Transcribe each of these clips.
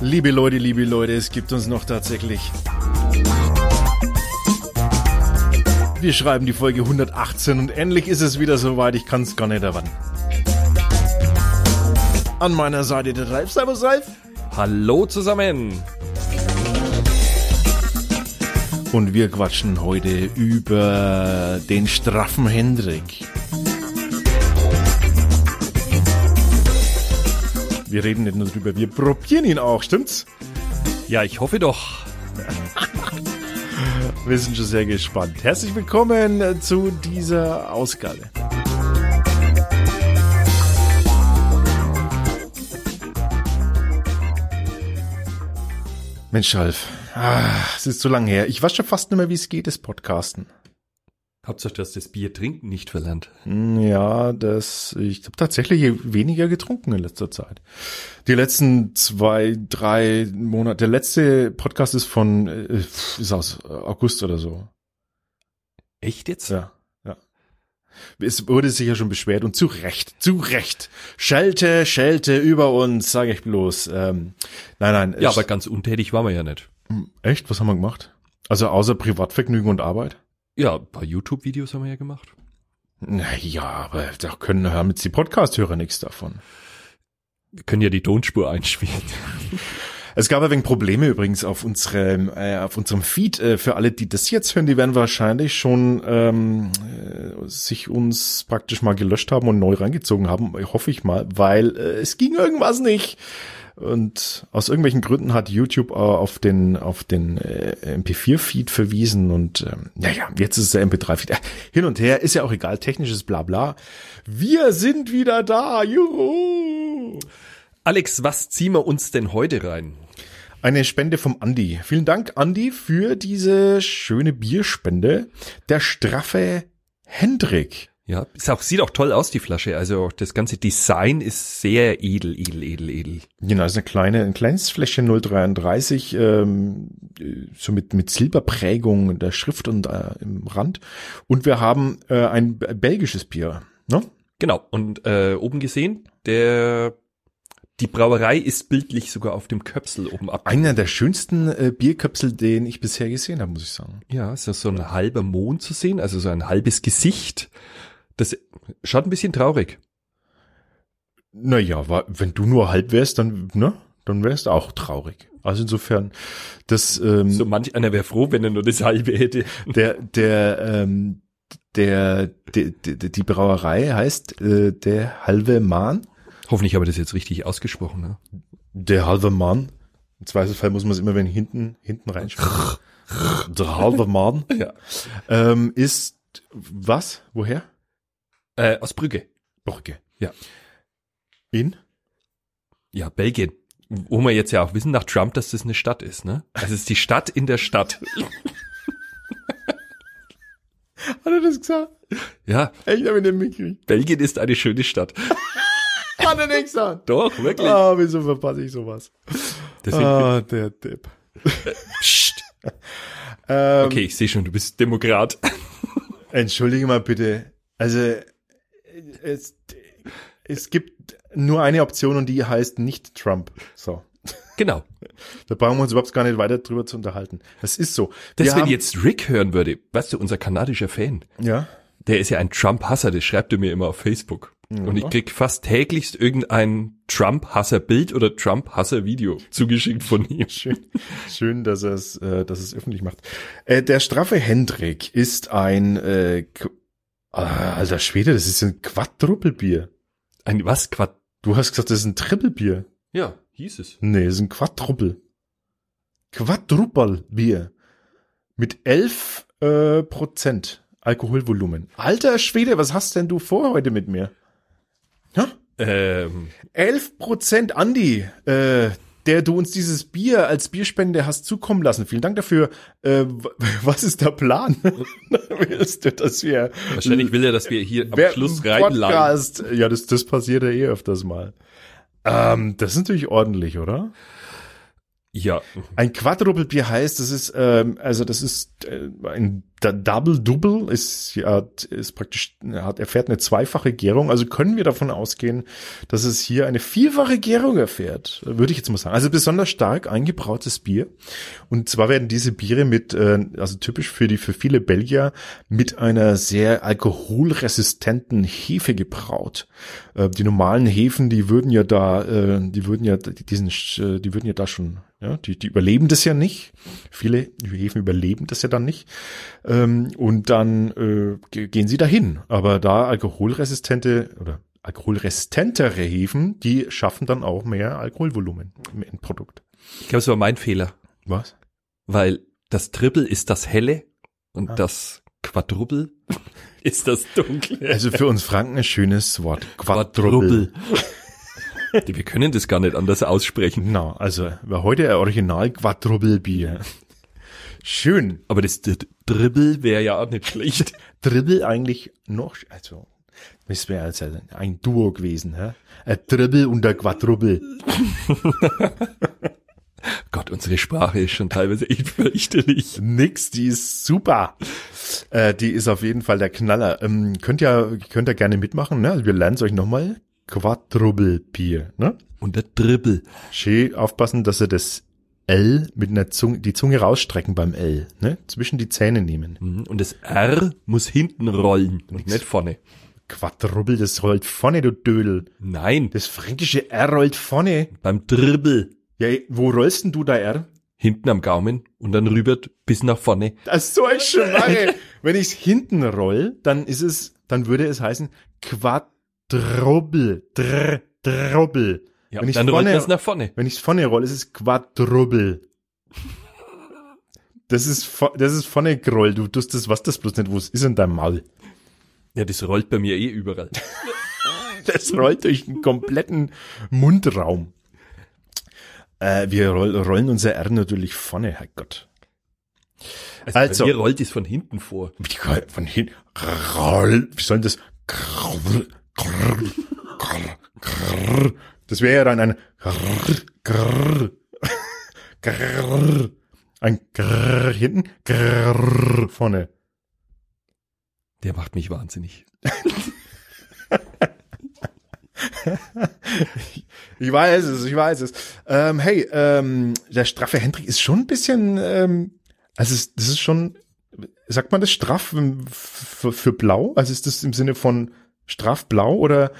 Liebe Leute, liebe Leute, es gibt uns noch tatsächlich. Wir schreiben die Folge 118 und endlich ist es wieder soweit, ich kann es gar nicht erwarten. An meiner Seite der Ralf, Servus Ralf. Hallo zusammen. Und wir quatschen heute über den straffen Hendrik. Wir reden nicht nur drüber, wir probieren ihn auch, stimmt's? Ja, ich hoffe doch. Wir sind schon sehr gespannt. Herzlich willkommen äh, zu dieser Ausgabe. Mensch, Ralf, ah, es ist zu lang her. Ich weiß schon fast nicht mehr, wie es geht, das Podcasten. Hauptsache, dass das Bier trinken nicht verlernt. Hm, Ja, das, ich habe tatsächlich weniger getrunken in letzter Zeit. Die letzten zwei, drei Monate, der letzte Podcast ist von, äh, ist aus August oder so. Echt jetzt? Ja, ja. Es wurde sich ja schon beschwert und zu Recht, zu Recht. Schelte, schelte über uns, sage ich bloß. Ähm, nein, nein. Ja, ich- aber ganz untätig waren wir ja nicht. echt, was haben wir gemacht? Also außer Privatvergnügen und Arbeit? Ja, ein paar YouTube-Videos haben wir ja gemacht. Naja, aber da können haben jetzt die Podcast-Hörer nichts davon. Wir können ja die Tonspur einspielen. Es gab ein wenig Probleme übrigens auf unserem, äh, auf unserem Feed. Äh, für alle, die das jetzt hören, die werden wahrscheinlich schon ähm, äh, sich uns praktisch mal gelöscht haben und neu reingezogen haben, hoffe ich mal, weil äh, es ging irgendwas nicht. Und aus irgendwelchen Gründen hat YouTube äh, auf den, auf den äh, MP4-Feed verwiesen und ähm, naja, jetzt ist es der MP3-Feed. Äh, hin und her, ist ja auch egal, technisches Blabla. Wir sind wieder da, juhu! Alex, was ziehen wir uns denn heute rein? Eine Spende vom Andi. Vielen Dank, Andi, für diese schöne Bierspende. Der straffe Hendrik. Ja, ist auch, sieht auch toll aus, die Flasche. Also das ganze Design ist sehr edel, edel, edel, edel. Genau, ist eine kleine, ein kleines Fläschchen 033, ähm, äh, so mit, mit Silberprägung in der Schrift und äh, im Rand. Und wir haben äh, ein b- belgisches Bier. Ne? Genau, und äh, oben gesehen, der die Brauerei ist bildlich sogar auf dem Köpsel oben ab. Einer der schönsten äh, Bierköpsel, den ich bisher gesehen habe, muss ich sagen. Ja, es ist so ein halber Mond zu sehen, also so ein halbes Gesicht. Das schaut ein bisschen traurig. Naja, wa- wenn du nur halb wärst, dann, ne? Dann wärst du auch traurig. Also insofern, das ähm, So manch einer wäre froh, wenn er nur das halbe hätte. Der, der, ähm, der, die, die, die Brauerei heißt äh, der halbe Mann. Hoffentlich habe ich das jetzt richtig ausgesprochen. Ne? Der halbe Mann. Im Zweifelsfall muss man es immer wenn hinten, hinten reinschreiben. der halbe Mann Ja. ähm, ist was? Woher? Äh, aus Brügge. Brücke. Ja. In? Ja, Belgien. Wo wir jetzt ja auch wissen nach Trump, dass das eine Stadt ist, ne? Also es ist die Stadt in der Stadt. Hat er das gesagt? Ja, Ich habe ihn nicht mitgekriegt. Belgien ist eine schöne Stadt. Hat er nicht gesagt. Doch, wirklich. Ah, wieso verpasse ich sowas? Deswegen, Ah, der Depp. Psst. Ähm, Okay, ich sehe schon, du bist Demokrat. Entschuldige mal bitte. Also es, es gibt nur eine Option und die heißt nicht Trump. So. Genau. Da brauchen wir uns überhaupt gar nicht weiter drüber zu unterhalten. Das ist so. Wir Das, wenn haben- jetzt Rick hören würde, weißt du, unser kanadischer Fan, Ja. der ist ja ein Trump-Hasser, das schreibt er mir immer auf Facebook. Und ich krieg fast täglichst irgendein Trump-Hasser-Bild oder Trump-Hasser-Video zugeschickt von ihm. Schön, schön, dass er es, äh, dass er es öffentlich macht. Äh, der straffe Hendrik ist ein äh, Qu- ah, alter Schwede, das ist ein Quadrupelbier. Ein was? Quad Du hast gesagt, das ist ein Trippelbier. ja, hieß es. Nee, es ist ein Quadruppel. Quadruppelbier. Mit 11 äh, Prozent Alkoholvolumen. Alter Schwede, was hast denn du vor heute mit mir? Ja? Ähm, 11 Prozent Andi, äh, der du uns dieses Bier als Bierspende hast zukommen lassen. Vielen Dank dafür. Äh, w- was ist der Plan? Willst du, dass wir wahrscheinlich will er, dass wir hier am Wer- Schluss reinladen. Podcast- Ja, das, das passiert ja eh öfters mal. Ähm, das ist natürlich ordentlich, oder? Ja, Mhm. Ein Quadrupelbier heißt, das ist ähm, also das ist ein Double Double ist, hat, ist praktisch, hat, erfährt eine zweifache Gärung. Also können wir davon ausgehen, dass es hier eine vierfache Gärung erfährt, würde ich jetzt mal sagen. Also besonders stark eingebrautes Bier. Und zwar werden diese Biere mit, also typisch für die, für viele Belgier, mit einer sehr alkoholresistenten Hefe gebraut. Äh, Die normalen Hefen, die würden ja da, äh, die würden ja diesen, die würden ja da schon ja, die, die überleben das ja nicht. Viele Häfen überleben das ja dann nicht. Ähm, und dann äh, gehen sie dahin. Aber da alkoholresistente oder alkoholresistentere Hefen, die schaffen dann auch mehr Alkoholvolumen im Endprodukt. Ich glaube, es war mein Fehler. Was? Weil das Triple ist das Helle und ah. das Quadruple ist das Dunkle. Also für uns Franken ein schönes Wort. Quadruple. Wir können das gar nicht anders aussprechen. Na, no, also heute ein Original Quadruppelbier. Schön. Aber das D Dribbel wäre ja auch nicht schlecht. Dribbel eigentlich noch, also, das wäre also ein Duo gewesen, hä? Ein Dribbel und ein Quadruppel. Gott, unsere Sprache ist schon teilweise echt fürchterlich. Nix, die ist super. Äh, die ist auf jeden Fall der Knaller. Ähm, könnt ihr, könnt ihr gerne mitmachen, ne? Wir lernen es euch nochmal. Quadruppelbier, ne? Und der Dribbel. Schön aufpassen, dass er das L mit einer Zunge, die Zunge rausstrecken beim L, ne? Zwischen die Zähne nehmen. Mhm. Und das R muss hinten rollen und, und nicht vorne. Quadruppel, das rollt vorne, du Dödel. Nein. Das fränkische R rollt vorne. Beim Dribbel. Ja, wo rollst denn du da R? Hinten am Gaumen und dann rüber bis nach vorne. Das ist so ein Schweine. Wenn ich's hinten roll, dann ist es, dann würde es heißen Quad Drubbel, dr, Drubbel. Ja, wenn ich dann vorne, rollt das nach vorne. Wenn ich vorne rolle, ist es Quadrubbel. das ist, das ist vorne Groll. Du tust das, was das bloß nicht, wo es ist in deinem Maul. Ja, das rollt bei mir eh überall. das rollt durch den kompletten Mundraum. Äh, wir roll, rollen unser R natürlich vorne, Herrgott. Also, also mir rollt es von hinten vor. Von hinten. Roll. Wie soll das? Krrr, krrr, krrr. Das wäre ja dann ein krrr, krrr, krrr. Ein krrr hinten, krrr vorne. Der macht mich wahnsinnig. ich weiß es, ich weiß es. Ähm, hey, ähm, der straffe Hendrik ist schon ein bisschen, ähm, also es, das ist schon, sagt man das straff für, für blau? Also ist das im Sinne von strafblau oder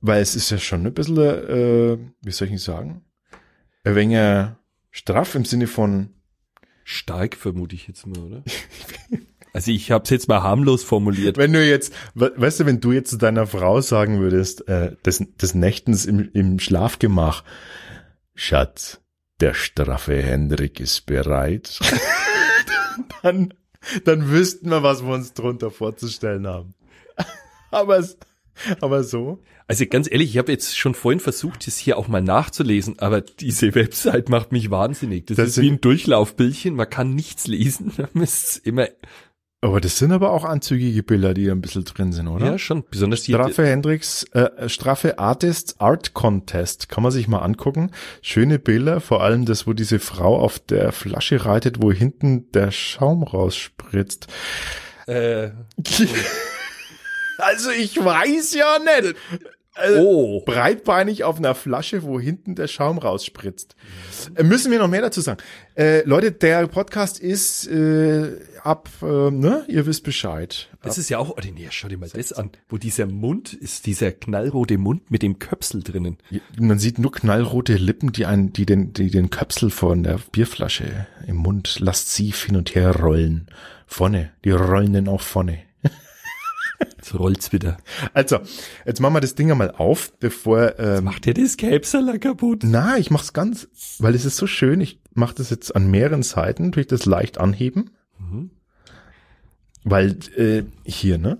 weil es ist ja schon ein bisschen, äh, wie soll ich nicht sagen, ein wenig äh, straff im Sinne von stark vermute ich jetzt mal, oder? also ich habe es jetzt mal harmlos formuliert. Wenn du jetzt, weißt du, wenn du jetzt zu deiner Frau sagen würdest, äh, des, des Nächtens im, im Schlafgemach, Schatz, der straffe Hendrik ist bereit, dann, dann wüssten wir, was wir uns drunter vorzustellen haben aber, aber so. Also ganz ehrlich, ich habe jetzt schon vorhin versucht, das hier auch mal nachzulesen, aber diese Website macht mich wahnsinnig. Das, das ist wie ein Durchlaufbildchen, man kann nichts lesen. Man ist immer aber das sind aber auch anzügige Bilder, die ein bisschen drin sind, oder? Ja, schon. Besonders die Straffe Hendricks, äh, Straffe Artists Art Contest. Kann man sich mal angucken. Schöne Bilder, vor allem das, wo diese Frau auf der Flasche reitet, wo hinten der Schaum rausspritzt. Äh. Also ich weiß ja nicht. Also oh. Breitbeinig auf einer Flasche, wo hinten der Schaum rausspritzt. Äh, müssen wir noch mehr dazu sagen. Äh, Leute, der Podcast ist äh, ab, ne? Ihr wisst Bescheid. Das ab ist ja auch ordinär. Schau dir mal das an. Wo dieser Mund ist, dieser knallrote Mund mit dem Köpsel drinnen. Man sieht nur knallrote Lippen, die, einen, die, den, die den Köpsel von der Bierflasche im Mund lasziv hin und her rollen. Vorne. Die rollen dann auch vorne. Jetzt rollt's wieder. Also, jetzt machen wir das Ding einmal auf, bevor. Ähm, macht ihr das Kälbserler kaputt? Na, ich mach's ganz, weil es ist so schön. Ich mach das jetzt an mehreren Seiten, durch das leicht anheben. Mhm. Weil äh, hier, ne?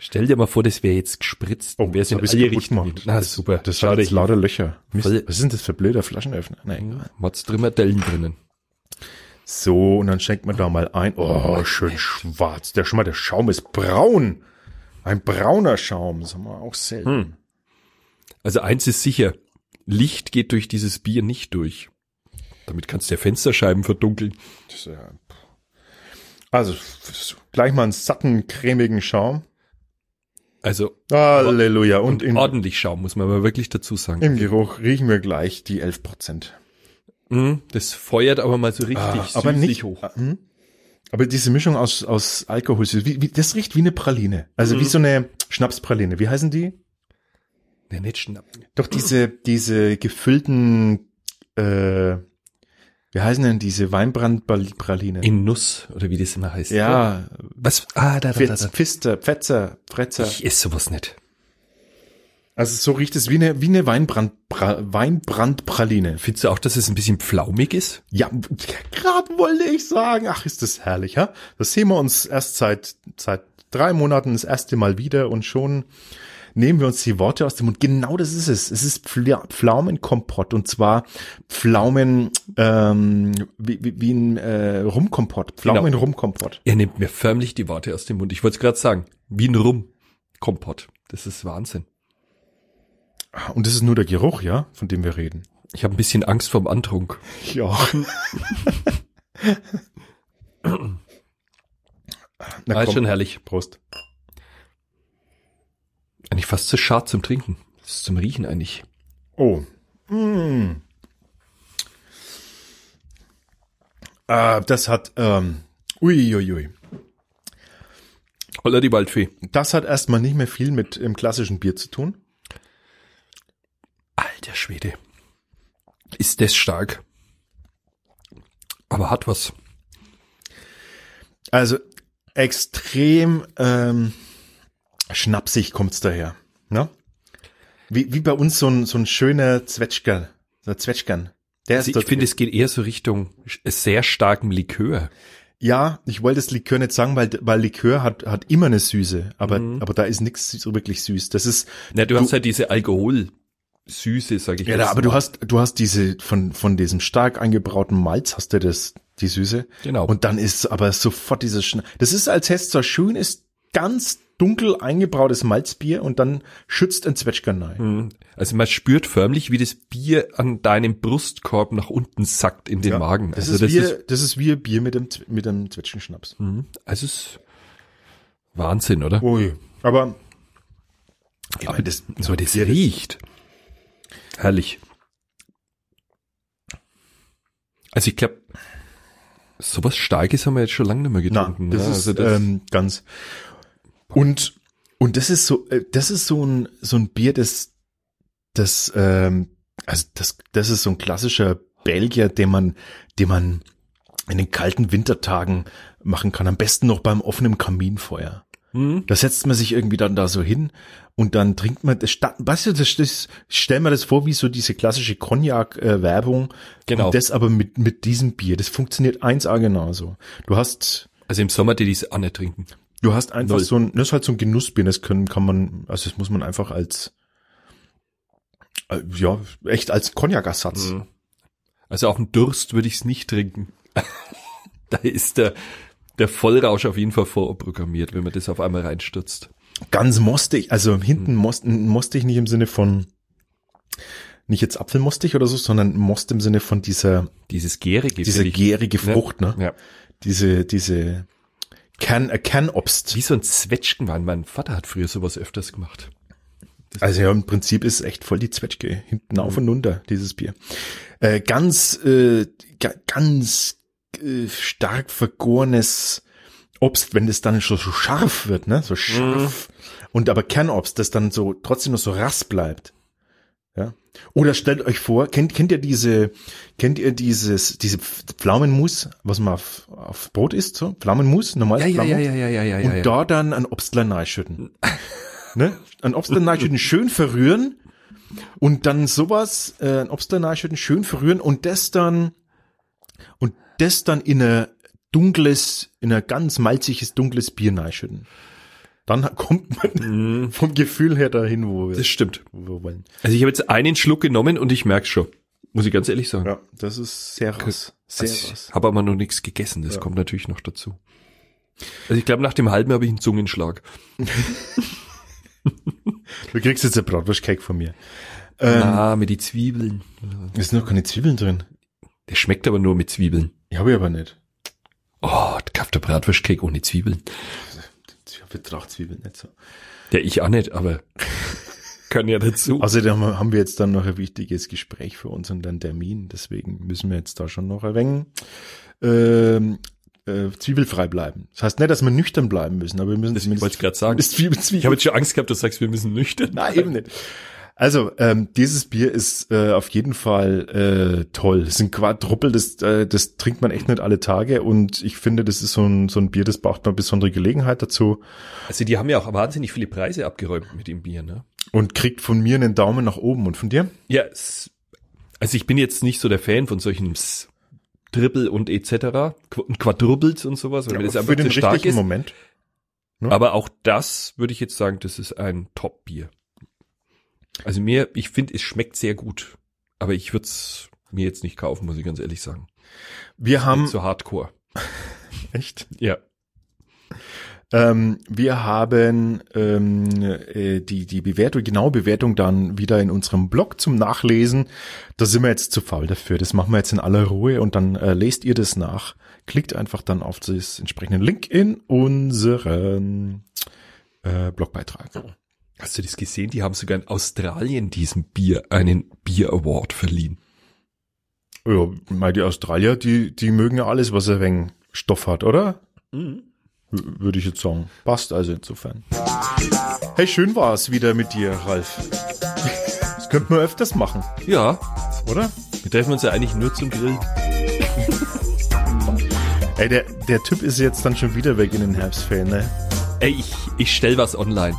Stell dir mal vor, das wäre jetzt gespritzt. Oh, wäre es in alle Richtungen. Na, das, super. Das schaut jetzt lauter Löcher. Mist, was sind das für blöder Flaschenöffner? Nein, mhm. Mods Dellen drinnen. So, und dann schenkt man da mal ein. Oh, oh schön Mensch. schwarz. Der, schon mal, der Schaum ist braun. Ein brauner Schaum, das haben wir auch selten. Hm. Also eins ist sicher, Licht geht durch dieses Bier nicht durch. Damit kannst du ja Fensterscheiben verdunkeln. Das, äh, Also gleich mal einen satten, cremigen Schaum. Also Halleluja. Und, und in, ordentlich Schaum, muss man aber wirklich dazu sagen. im Geruch riechen wir gleich die 11 Prozent. Ah, Mhm, Das feuert Ah, aber mal so richtig süßlich aber nicht hoch. Mhm. Aber diese Mischung aus, aus Alkohol, wie, wie, das riecht wie eine Praline. Also wie so eine Schnapspraline. Wie heißen die? Ja, nicht schnappen. Doch diese, diese gefüllten, äh, wie heißen denn diese Weinbrandpralinen? In Nuss, oder wie das immer heißt. Ja, Was? Ah, da, da, da, Fitz, da. Pfister, Fetzer, Fretzer. Ich esse sowas nicht. Also so riecht es wie eine, wie eine Weinbrand, Weinbrandpraline. Findest du auch, dass es ein bisschen flaumig ist? Ja, gerade wollte ich sagen, ach, ist das herrlich, ja? Das sehen wir uns erst seit, seit drei Monaten das erste Mal wieder und schon nehmen wir uns die Worte aus dem Mund. Genau das ist es. Es ist Pfla- Pflaumenkompott und zwar Pflaumen, ähm, wie, wie, wie ein äh, Rumkompott. Pflaumen-Rumkompott. Er nimmt mir förmlich die Worte aus dem Mund. Ich wollte es gerade sagen. Wie ein Rum. Kompott. Das ist Wahnsinn. Und das ist nur der Geruch, ja, von dem wir reden. Ich habe ein bisschen Angst vorm Antrunk. Ja. Na, Ah, ist komm. schon herrlich. Prost. Eigentlich fast zu schad zum Trinken. Das ist zum Riechen eigentlich. Oh. Mm. Ah, das hat, ähm, uiuiui. Holla die Waldfee. Das hat erstmal nicht mehr viel mit im klassischen Bier zu tun. Alter Schwede. Ist das stark. Aber hat was. Also extrem ähm, schnapsig kommt's daher. Ne? Wie, wie bei uns so ein, so ein schöner Zwetschger. So ein Zwetschgern. Der Also ich dort- finde, es geht eher so Richtung sch- sehr starkem Likör. Ja, ich wollte das Likör nicht sagen, weil, weil Likör hat, hat immer eine Süße, aber, Mhm. aber da ist nichts so wirklich süß. Das ist, Na, du, hast halt diese Alkoholsüße, sag ich ja, jetzt da, aber du mal. hast, du hast diese, von, von diesem stark eingebrauten Malz hast du das, die Süße. Genau. Und dann ist aber sofort dieses, Schna das ist, als hättest du ein schönes, ganz dunkel eingebrautes Malzbier und dann schützt ein Zwetschgen rein. Mhm. Also man spürt förmlich, wie das Bier an deinem Brustkorb nach unten sackt in den Ja, Magen. Das, also ist wie, das ist wie ein Bier mit dem, Z- mit dem Zwetschgenschnaps. Mhm. also es ist Wahnsinn, oder? Ui. Aber, Aber das, ja, so das Bier, Oh, das- riecht. Herrlich. Also ich glaube, sowas Starkes haben wir jetzt schon lange nicht mehr Na, getrunken. das ne? ist also das, ähm, ganz. Und und das ist so, äh, das ist so ein so ein Bier, das das ähm, also das das ist so ein klassischer Belgier, den man den man in den kalten Wintertagen machen kann. Am besten noch beim offenen Kaminfeuer. Mhm. Da setzt man sich irgendwie dann da so hin und dann trinkt man das. sta- Weißt du, das, das stell mir das vor wie so diese klassische Cognac-Werbung. Genau. Und das aber mit mit diesem Bier. Das funktioniert 1A genauso. Du hast also im Sommer die diese Anne trinken. Du hast einfach Null. so ein, das ist halt so ein Genussbier, das können, kann man, also das muss man einfach als, äh, ja, echt als Cognac-Ersatz. Mhm. Also auf dem Durst würde ich es nicht trinken. da ist der, der Vollrausch auf jeden Fall vorprogrammiert, wenn man das auf einmal reinstürzt. Ganz mostig, also Mhm. hinten most, mostig nicht im Sinne von, nicht jetzt apfelmostig oder so, sondern most im Sinne von dieser, Dieses Gärige. diese finde ich. gärige Ja. Frucht, ne? Ja. Diese, diese Can, äh, Can-Obst. Wie so ein Zwetschgenwein. Mein Vater hat früher sowas öfters gemacht. Also ja, im Prinzip ist echt voll die Zwetschge. Hinten auf und runter, dieses Bier. Äh, ganz, äh, ga- ganz äh, stark vergorenes Obst, wenn das dann schon so scharf wird, ne? Mhm. So scharf. Und aber Kernobst, das dann so trotzdem noch so rass bleibt. Ja. Oder stellt euch vor, kennt, kennt ihr diese, kennt ihr dieses, diese Pflaumenmus, was man auf, auf Brot isst, so? Pflaumenmus, normal ja, ja, ja, und da dann an Obstler neischütten. ne? An Obstler neischütten schön verrühren und dann sowas, äh, an Obstler neischütten schön verrühren und das dann und das dann in ein dunkles, in ein ganz malziges, dunkles Bier neischütten. Dann kommt man vom Gefühl her dahin, wo wir, Das stimmt. wo wir wollen. Also ich habe jetzt einen Schluck genommen und ich merk's schon. Muss ich ganz ehrlich sagen. Ja, das ist sehr rass. Sehr Also rass. ich habe aber noch nichts gegessen. Das kommt natürlich noch dazu. Also ich glaube, nach dem halben habe ich einen Zungenschlag. Du kriegst jetzt ein Bratwurstcake von mir. Na, mit die Zwiebeln. Es sind noch keine Zwiebeln drin. Der schmeckt aber nur mit Zwiebeln. Die habe ich aber nicht. Oh, gab der Bratwurstcake ohne Zwiebeln. Ich betrachte Zwiebeln nicht so. Ja, ich auch nicht, aber können ja dazu. Außerdem also, haben wir jetzt dann noch ein wichtiges Gespräch für uns und einen Termin, deswegen müssen wir jetzt da schon noch erwähnen. Ähm, äh, zwiebelfrei bleiben. Das heißt nicht, dass wir nüchtern bleiben müssen, aber wir müssen Das wollte ich gerade sagen. zumindest Zwiebel, Ich Zwiebel. habe jetzt schon Angst gehabt, dass du sagst, wir müssen nüchtern. Nein, eben nicht. Also, ähm, dieses Bier ist äh, auf jeden Fall äh, toll. Das ist ein Quadruppel, das, äh, das trinkt man echt nicht alle Tage und ich finde, das ist so ein, so ein Bier, das braucht man besondere Gelegenheit dazu Also die haben ja auch wahnsinnig viele Preise abgeräumt mit dem Bier, ne? und kriegt von mir einen Daumen nach oben und von dir? Ja, es, also ich bin jetzt nicht so der Fan von solchen S- Triple und etc. Qu und Quadruples und sowas, weil mir das einfach für den zu stark richtigen ist. Moment. Aber auch das würde ich jetzt sagen, das ist ein Top-Bier. Also mir, ich finde, es schmeckt sehr gut. Aber ich würde es mir jetzt nicht kaufen, muss ich ganz ehrlich sagen. Wir haben Zu hardcore. echt. Ja. Ähm, wir haben ähm, äh, die, die Bewertung, genaue Bewertung dann wieder in unserem Blog zum Nachlesen. Da sind wir jetzt zu faul dafür. Das machen wir jetzt in aller Ruhe und dann äh, lest ihr das nach. Klickt einfach dann auf das entsprechenden Link in unseren äh, Blogbeitrag. Hast du das gesehen? Die haben sogar in Australien diesem Bier einen Bier Award verliehen. Ja, mal die Australier, die, die mögen ja alles, was er wegen Stoff hat, oder? Mhm. W- Würde ich jetzt sagen. Passt also insofern. Hey, schön war es wieder mit dir, Ralf. Das könnten wir öfters machen, Ja, oder? wir treffen uns ja eigentlich nur zum Grill. Ey, der, der Typ ist jetzt dann schon wieder weg in den Herbstferien, ne? Ey, ich, ich stell was online.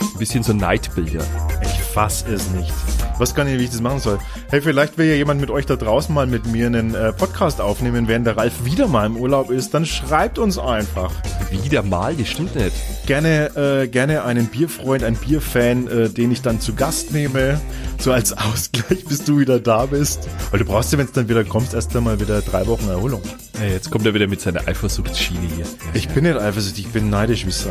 Ein bisschen so Neidbilder. Ich fass es nicht. Was kann ich, wie ich das machen soll? Hey, vielleicht will ja jemand mit euch da draußen mal mit mir einen äh, Podcast aufnehmen, während der Ralf wieder mal im Urlaub ist. Dann schreibt uns einfach. Wieder mal, das stimmt nicht. Gerne, äh, gerne einen Bierfreund, einen Bierfan, äh, den ich dann zu Gast nehme. So als Ausgleich, bis du wieder da bist. Weil du brauchst ja, wenn es dann wieder kommst, erst einmal wieder drei Wochen Erholung. Ey, jetzt kommt er wieder mit seiner Eifersuchtsschiene hier. Ich bin nicht eifersüchtig, ich bin neidisch wie Sau.